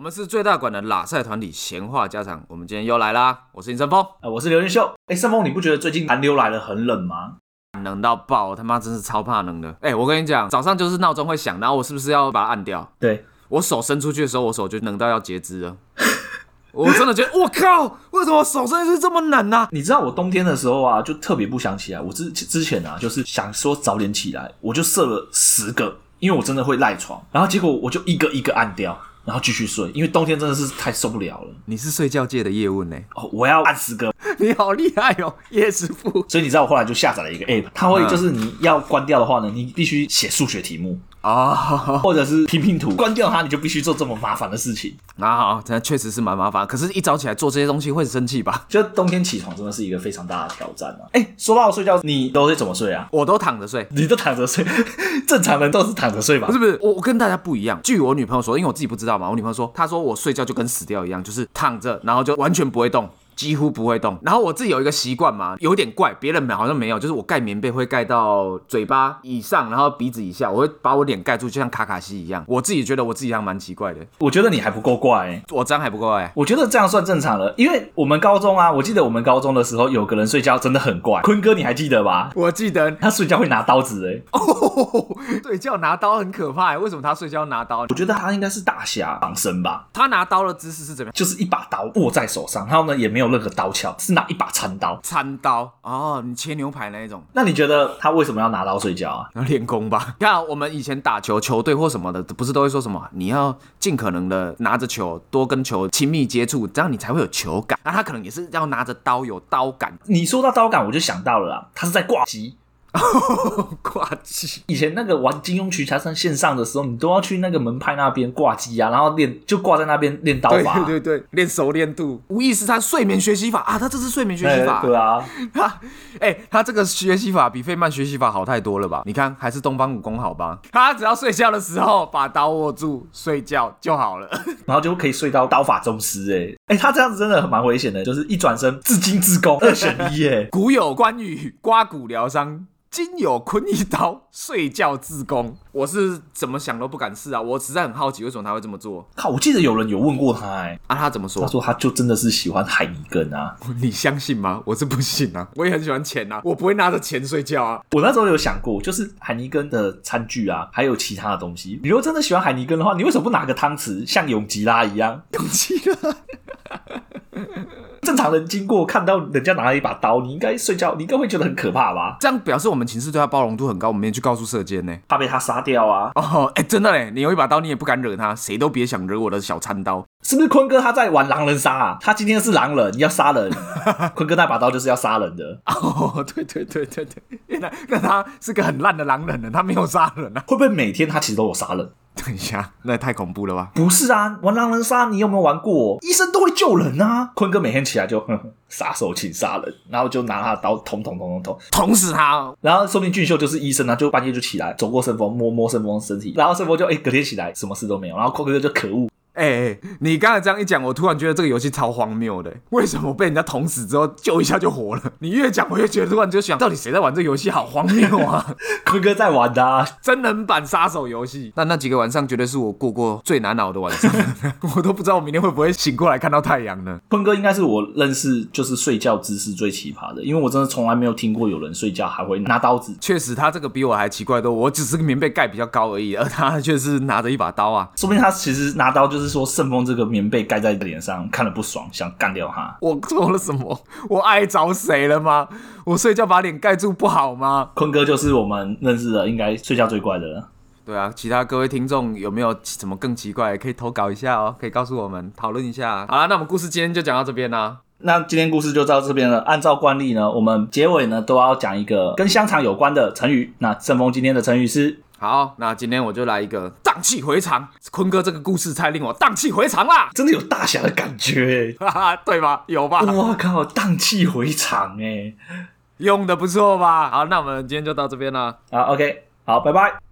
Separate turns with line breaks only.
们是最大馆的拉赛团体闲话家常，我们今天又来啦！我是尹成峰，
呃，我是刘仁秀。哎，盛峰，你不觉得最近寒流来了很冷吗？
冷到爆，他妈真是超怕冷的。哎、我跟你讲，早上就是闹钟会响，然后我是不是要把它按掉？
对，
我手伸出去的时候，我手就冷到要截肢了。 我真的觉得，我靠，为什么手伸出去这么冷啊呢、
你知道我冬天的时候啊，就特别不想起来。我之之前啊，就是想说早点起来，我就设了十个，因为我真的会赖床。然后结果我就一个一个按掉，然后继续睡，因为冬天真的是太受不了了。
你是睡觉界的叶问呢、
哦，我要按十个，
你好厉害哦，叶师傅。
所以你知道我后来就下载了一个 app，它会
嗯
就是你要关掉的话呢，你必须写数学题目
哦，
或者是拼拼图，关掉它你就必须做这么麻烦的事情。
那啊好，真的确实是蛮麻烦，可是，一早起来做这些东西会生气吧？
就冬天起床真的是一个非常大的挑战啊！哎、说到睡觉，你都是怎么睡啊？
我都躺着睡，
你都躺着睡， 正常人都是躺着睡吧
啊不？是不是，我我跟大家不一样。据我女朋友说，因为我自己不知道嘛，我女朋友说，她说我睡觉就跟死掉一样，就是躺着，然后就完全不会动。几乎不会动，然后我自己有一个习惯嘛，有点怪，别人好像没有，就是我盖棉被会盖到嘴巴以上，然后鼻子以下，我会把我脸盖住，就像卡卡西一样。我自己觉得我自己还蛮奇怪的，
我觉得你还不够怪、欸。
我这样还不够哎、
我觉得这样算正常了，因为我们高中啊，我记得我们高中的时候有个人睡觉真的很怪，坤哥你还记得吧？
我记得
他睡觉会拿刀子、欸，哎，
哦，睡觉拿刀很可怕、欸，为什么他睡觉拿刀
我？觉得他应该是大侠防身吧，
他拿刀的姿势是怎么样？
就是一把刀握在手上，然后呢也没有任何刀鞘，是拿一把餐刀。
餐刀哦，你切牛排那一种。
那你觉得他为什么要拿刀睡觉啊？
然后练功吧。 你看我们以前打球，球队或什么的，不是都会说什么？你要尽可能的拿着球，多跟球亲密接触，这样你才会有球感。那他可能也是要拿着刀，有刀感。
你说到刀感，我就想到了啦，他是在挂机。
哦挂机
以前那个玩金庸群侠传线上的时候，你都要去那个门派那边挂机啊，然后练就挂在那边练刀
对
法啊、
对对对，练熟练度。无意识他睡眠学习法啊，他这是睡眠学习法。
哎对啊，
他 哎、他这个学习法比费曼学习法好太多了吧？你看，还是东方武功好吧？他只要睡觉的时候把刀握住，睡觉就好了。，
然后就可以睡到刀法宗师、哎哎，他这样子真的蛮危险的，就是一转身自尽自宫，二选一、哎
古有关羽刮骨疗伤，今有坤一刀睡觉自宫。我是怎么想都不敢试啊！我实在很好奇，为什么他会这么做
靠，我记得有人有问过他、哎，
啊？他怎么说
他？说他就真的是喜欢海尼根啊。
你相信吗？我是不信啊！我也很喜欢钱啊，我不会拿着钱睡觉啊。
我那时候有想过，就是海尼根的餐具啊，还有其他的东西。你如果真的喜欢海尼根的话，你为什么不拿个汤匙，像永吉拉一样？
勇气了，
正常人经过看到人家拿了一把刀，你应该睡觉，你应该会觉得很可怕吧？
这样表示我们寝室对他包容度很高，我们也去告诉社监呢、
怕被他杀掉啊？
哦，哎、真的嘞，你有一把刀，你也不敢惹他，谁都别想惹我的小餐刀。
是不是坤哥他在玩狼人杀啊？他今天是狼人，你要杀人。坤哥那把刀就是要杀人的，
哦，对对对对对，原来那他是个很烂的狼人呢，他没有杀人啊。
会不会每天他其实都有杀人？
等一下，那也太恐怖了吧？
不是啊，玩狼人杀你有没有玩过？医生都会救人啊。坤哥每天起来就 哼哼杀手请杀人，然后就拿他的刀捅捅捅捅捅，
捅死他哦！
然后说不定俊秀就是医生啊，就半夜就起来走过圣风摸摸圣风身体，然后圣风就哎、隔天起来什么事都没有，然后坤哥就可恶，
哎、欸，你刚才这样一讲，我突然觉得这个游戏超荒谬的。为什么被人家捅死之后救一下就活了？你越讲，我越觉得突然就想，到底谁在玩这游戏？好荒谬啊！
坤哥在玩的、啊。
真人版杀手游戏。那那几个晚上，绝对是我过过最难熬的晚上。我都不知道我明天会不会醒过来看到太阳呢。
坤哥应该是我认识就是睡觉姿势最奇葩的，因为我真的从来没有听过有人睡觉还会拿刀子
确实，他这个比我还奇怪多。我只是个棉被盖比较高而已，而他却是拿着一把刀啊。
说不定他其实拿刀就是说顺风这个棉被盖在脸上，看了不爽，想干掉他。
我做了什么？我爱着谁了吗？我睡觉把脸盖住不好吗？
坤哥就是我们认识的应该睡觉最怪的了。
对啊，其他各位听众有没有什么更奇怪，可以投稿一下哦，可以告诉我们讨论一下。好啦，那我们故事今天就讲到这边啦。
那今天故事就到这边了。按照惯例呢，我们结尾呢都要讲一个跟香肠有关的成语。那正峰今天的成语是
好，那今天我就来一个荡气回肠。坤哥这个故事太令我荡气回肠啦，
真的有大侠的感觉、
哈哈，对吧？有吧
欸，？我靠，荡气回肠哎、
用的不错吧？好，那我们今天就到这边啦。
好，OK，好，拜拜。